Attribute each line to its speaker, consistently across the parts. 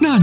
Speaker 1: 大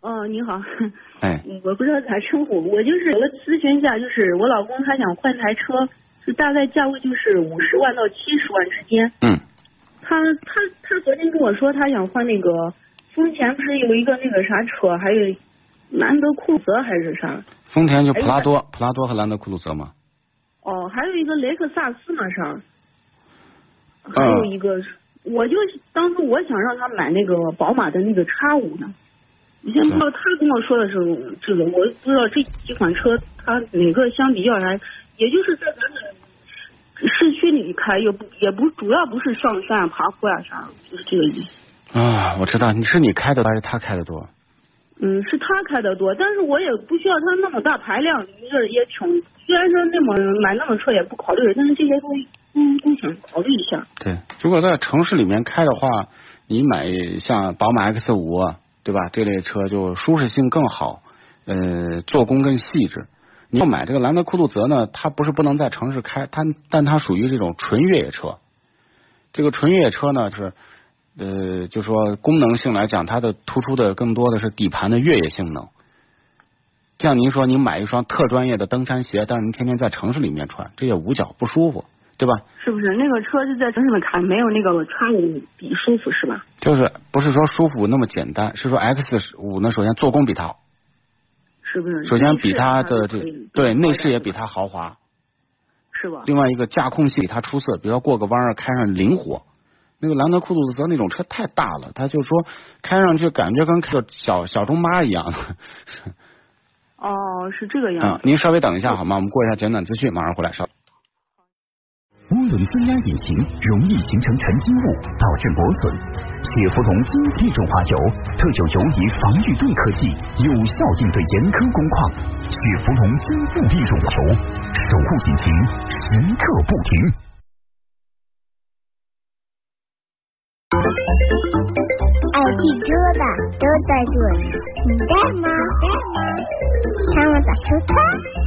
Speaker 2: 哦，你好， 嗯
Speaker 3: 哎，
Speaker 2: 我不知道咋称呼，我就是我咨询一下，就是我老公他想换台车，就大概价位就是五十万到七十万之间。
Speaker 3: 嗯，
Speaker 2: 他他他昨天跟我说，他想换那个丰田，不是有一个那个啥车，还有兰德酷泽还是啥？
Speaker 3: 丰田就
Speaker 2: 哎
Speaker 3: 普拉多、普拉多和兰德酷路泽嘛。
Speaker 2: 哦，还有一个雷克萨斯嘛上，还
Speaker 3: 嗯
Speaker 2: 有一个，我就当时我想让他买那个宝马的那个叉五呢。以前不知道他跟我说的是这个，我不知道这几款车它哪个相比较啥，也就是在咱们市区里开，也不也不主要不是上山啊、爬坡啊啥，就是这个意思。
Speaker 3: 啊，我知道，你是你开的多还是他开的多？
Speaker 2: 嗯，是他开的多，但是我也不需要他那么大排量，就是也挺，虽然说那么买那么车也不考虑，但是这些东西嗯都想考虑一下。
Speaker 3: 对，如果在城市里面开的话，你买像宝马 X 五，对吧？这类车就舒适性更好，呃，做工更细致。你要买这个兰德酷路泽呢，它不是不能在城市开，它但它属于这种纯越野车。这个纯越野车呢是，呃，就说功能性来讲，它的突出的更多的是底盘的越野性能。像您说，您买一双特专业的登山鞋，但是您天天在城市里面穿，这也捂脚不舒服，对吧？
Speaker 2: 是不是那个车就在城市里开，没有那个叉五比舒服是吧？
Speaker 3: 就是不是说舒服那么简单，是说 X 五呢，首先做工比它好，
Speaker 2: 是不是？
Speaker 3: 首先比它的这
Speaker 2: 内饰啊
Speaker 3: 对内饰也比它豪华，
Speaker 2: 是吧？
Speaker 3: 另外一个驾控系比它出色，比如说过个弯儿开上灵活。那个兰德酷路泽那种车太大了，它就说开上去感觉跟开个小小中巴一样。
Speaker 2: 哦，是这个样
Speaker 3: 嗯
Speaker 2: 子。，
Speaker 3: 您稍微等一下好吗？我们过一下简短资讯，马上回来。稍等。
Speaker 4: 涡轮增压引擎容易形成沉积物，导致磨损。雪佛龙金地中华油特有油泥防御盾科技，有效应对严苛工况。雪佛龙金富地中华油，守护引擎时刻不停。
Speaker 5: 爱汽车的都在这里，你在吗？在吗？他们打车车，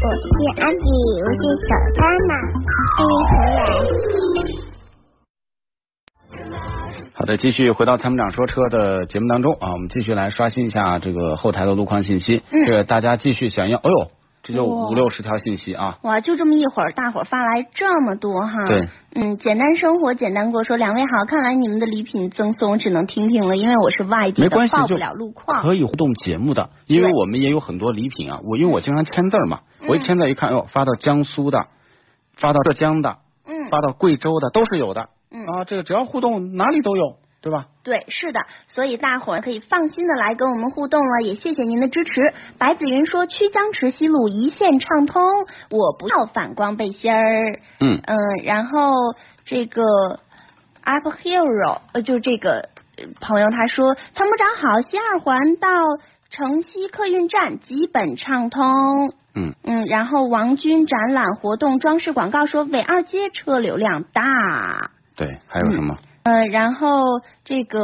Speaker 5: 我是安迪，我是小丹娜，欢迎回来。
Speaker 3: 好的，继续回到参谋长说车的节目当中啊，我们继续来刷新一下这个后台的路况信息。这个大家继续想要，哎呦，这就
Speaker 6: 哇
Speaker 3: 五六十条信息啊。
Speaker 6: 哇，就这么一会儿，大伙儿发来这么多哈。
Speaker 3: 对。
Speaker 6: 嗯，简单生活简单过说，两位好，看来你们的礼品赠送我只能听听了，因为我是外地
Speaker 3: 没
Speaker 6: 的，
Speaker 3: 关系，
Speaker 6: 报
Speaker 3: 就
Speaker 6: 不了路况。
Speaker 3: 可以互动节目的，因为
Speaker 6: 对嗯
Speaker 3: 我们也有很多礼品啊。我因为我经常签字儿嘛，我一签字一看，哟，发到江苏的，发到浙江的，
Speaker 6: 嗯，
Speaker 3: 发到贵州的，都是有的。
Speaker 6: 嗯
Speaker 3: 啊，这个只要互动，哪里都有，对吧？
Speaker 6: 对，是的，所以大伙儿可以放心的来跟我们互动了，也谢谢您的支持。白子云说，曲江池西路一线畅通，我不要反光背心儿。
Speaker 3: 嗯，
Speaker 6: 嗯，然后这个 Up Hero，呃，就是这个呃朋友他说，参谋长好，西二环到城西客运站基本畅通。
Speaker 3: 嗯
Speaker 6: 嗯，然后王军展览活动装饰广告说，纬二街车流量大。
Speaker 3: 对，还有什么？
Speaker 6: 呃，然后这个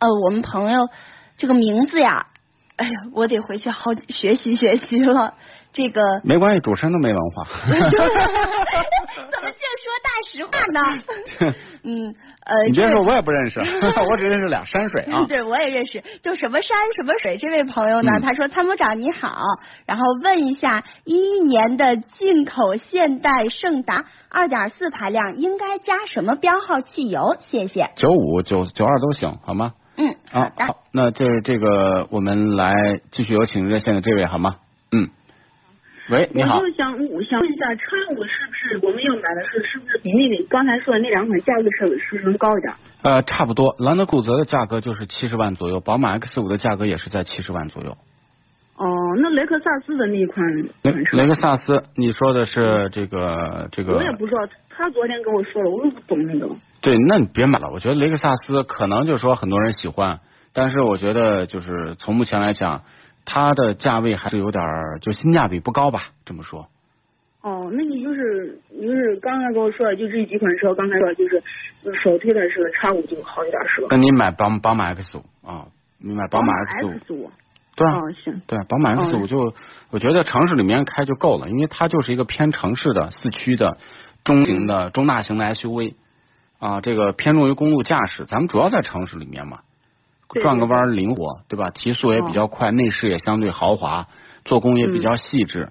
Speaker 6: 呃，我们朋友这个名字呀，哎呀，我得回去好学习学习了。这个
Speaker 3: 没关系，主持人都没文 化。
Speaker 6: 怎么就说大实话呢？ 嗯，呃，
Speaker 3: 你别
Speaker 6: 这。
Speaker 3: 说，我也不认识， 我只认识俩山水啊
Speaker 6: 嗯对，我也认识，就什么山什么水这位朋友呢，
Speaker 3: 嗯
Speaker 6: 他说参谋长你好，然后问一下一一年的进口现代胜达二点四排量应该加什么标号汽油？谢谢。
Speaker 3: 九五、九九二都行，好吗？
Speaker 6: 嗯，好
Speaker 3: 啊，
Speaker 6: 的。
Speaker 3: 好，那这这个我们来继续有请热线的这位，好吗？嗯，喂，你好
Speaker 2: 我，就想我想问一下，叉五是不是我们要买的是是不是比那个刚才说的那两款价格车是不是能高一点？
Speaker 3: 呃，差不多，兰德酷泽的价格就是七十万左右，宝马 X 五的价格也是在七十万左右。
Speaker 2: 哦，那雷克萨斯的那一款
Speaker 3: 雷
Speaker 2: 款车
Speaker 3: 雷，克萨斯，你说的是这个这个
Speaker 2: 嗯我？也不知道，他昨天跟我说了，我又不懂那个。
Speaker 3: 对，那你别买了。我觉得雷克萨斯可能就是说很多人喜欢，但是我觉得就是从目前来讲，它的价位还是有点儿，就性价比不高吧，这么说。
Speaker 2: 哦，那你就是你就是刚才跟我说的，就这几款车，刚才说的就是嗯首推的是叉五就好一点是吧？
Speaker 3: 那你买宝宝马 X 五啊，你买宝马 X 五，
Speaker 2: 哦 X 五，
Speaker 3: 对啊，
Speaker 2: 哦行，
Speaker 3: 对啊，宝马
Speaker 2: 哦
Speaker 3: X 五就我觉得城市里面开就够了，因为它就是一个偏城市的四驱的中型的中大型的 SUV 啊，这个偏重于公路驾驶，咱们主要在城市里面嘛，
Speaker 2: 对嗯
Speaker 3: 转个弯儿灵活，对吧？提速也比较快，内饰也相对豪华，做工也比较细致。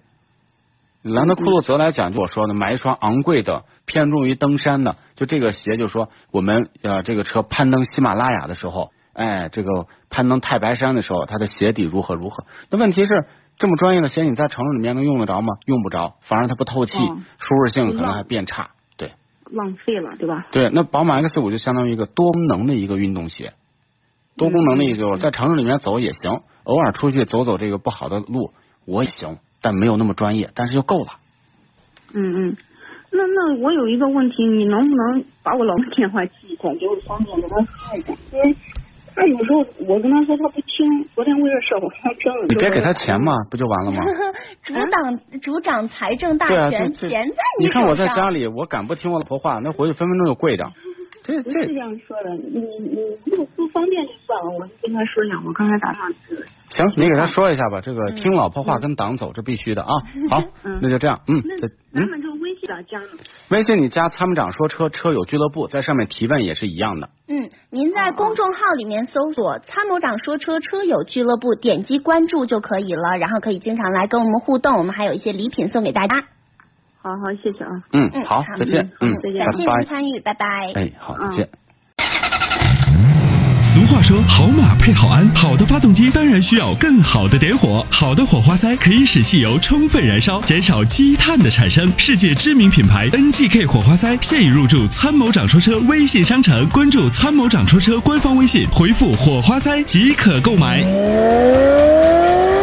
Speaker 3: 兰德酷路泽来讲，就我说的，买一双昂贵的、偏重于登山的，就这个鞋，就说我们呃这个车攀登喜马拉雅的时候，哎，这个攀登太白山的时候，它的鞋底如何如何？那问题是，这么专业的鞋，你在城市里面能用得着吗？用不着，反而它不透气，
Speaker 2: 嗯
Speaker 3: 舒适性可能还变差。对
Speaker 2: 浪费了对吧？
Speaker 3: 对，那宝马 X 五就相当于一个多功能的一个运动鞋，多功能的意思就是在城市里面走也行，偶尔出去走走这个不好的路我也行，但没有那么专业，但是就够了。
Speaker 2: 嗯嗯，那那我有一个问题，你能不能把我老公电话记一下，给我方便给他看一下？因为他有时候我跟他说他不听，昨天为这事儿我跟他争了。
Speaker 3: 你别给他钱嘛，不就完了吗？
Speaker 6: 主党主掌财政大
Speaker 3: 嗯对啊，
Speaker 6: 权，
Speaker 3: 这这
Speaker 6: 钱在
Speaker 3: 你
Speaker 6: 手
Speaker 3: 看
Speaker 6: 上。
Speaker 3: 我在家里，我敢不听我老婆话，那回去分分钟就跪着。这
Speaker 2: 不是
Speaker 3: 这
Speaker 2: 这样说的，你你如果不方便就算了，我就跟他说一下，我刚才打算是
Speaker 3: 行，你给他说一下吧。这个听老婆话跟党走，这必须的啊。好，
Speaker 2: 嗯
Speaker 3: 那就这样，嗯
Speaker 2: 那，
Speaker 3: 再
Speaker 2: 咱
Speaker 3: 嗯，
Speaker 2: 们这个微信咋加呢？
Speaker 3: 微信你加参谋长说车车友俱乐部，在上面提问也是一样的。
Speaker 6: 嗯，您在公众号里面搜索“参谋长说车车友俱乐部”，点击关注就可以了，然后可以经常来跟我们互动，我们还有一些礼品送给大家。
Speaker 2: 好好，谢谢啊。
Speaker 3: 嗯
Speaker 6: 嗯，，
Speaker 3: 好，再见，嗯，
Speaker 2: 再见
Speaker 6: 感谢
Speaker 3: 拜拜。
Speaker 6: 您参与，拜拜。
Speaker 3: 哎，好，再
Speaker 2: 嗯
Speaker 3: 见。
Speaker 1: 俗话说，好马配好鞍，好的发动机当然需要更好的点火。好的火花塞可以使汽油充分燃烧，减少积碳的产生。世界知名品牌 NGK 火花塞现已入驻参谋长说车微信商城，关注参谋长说车官方微信，回复火花塞即可购买。
Speaker 5: 嗯。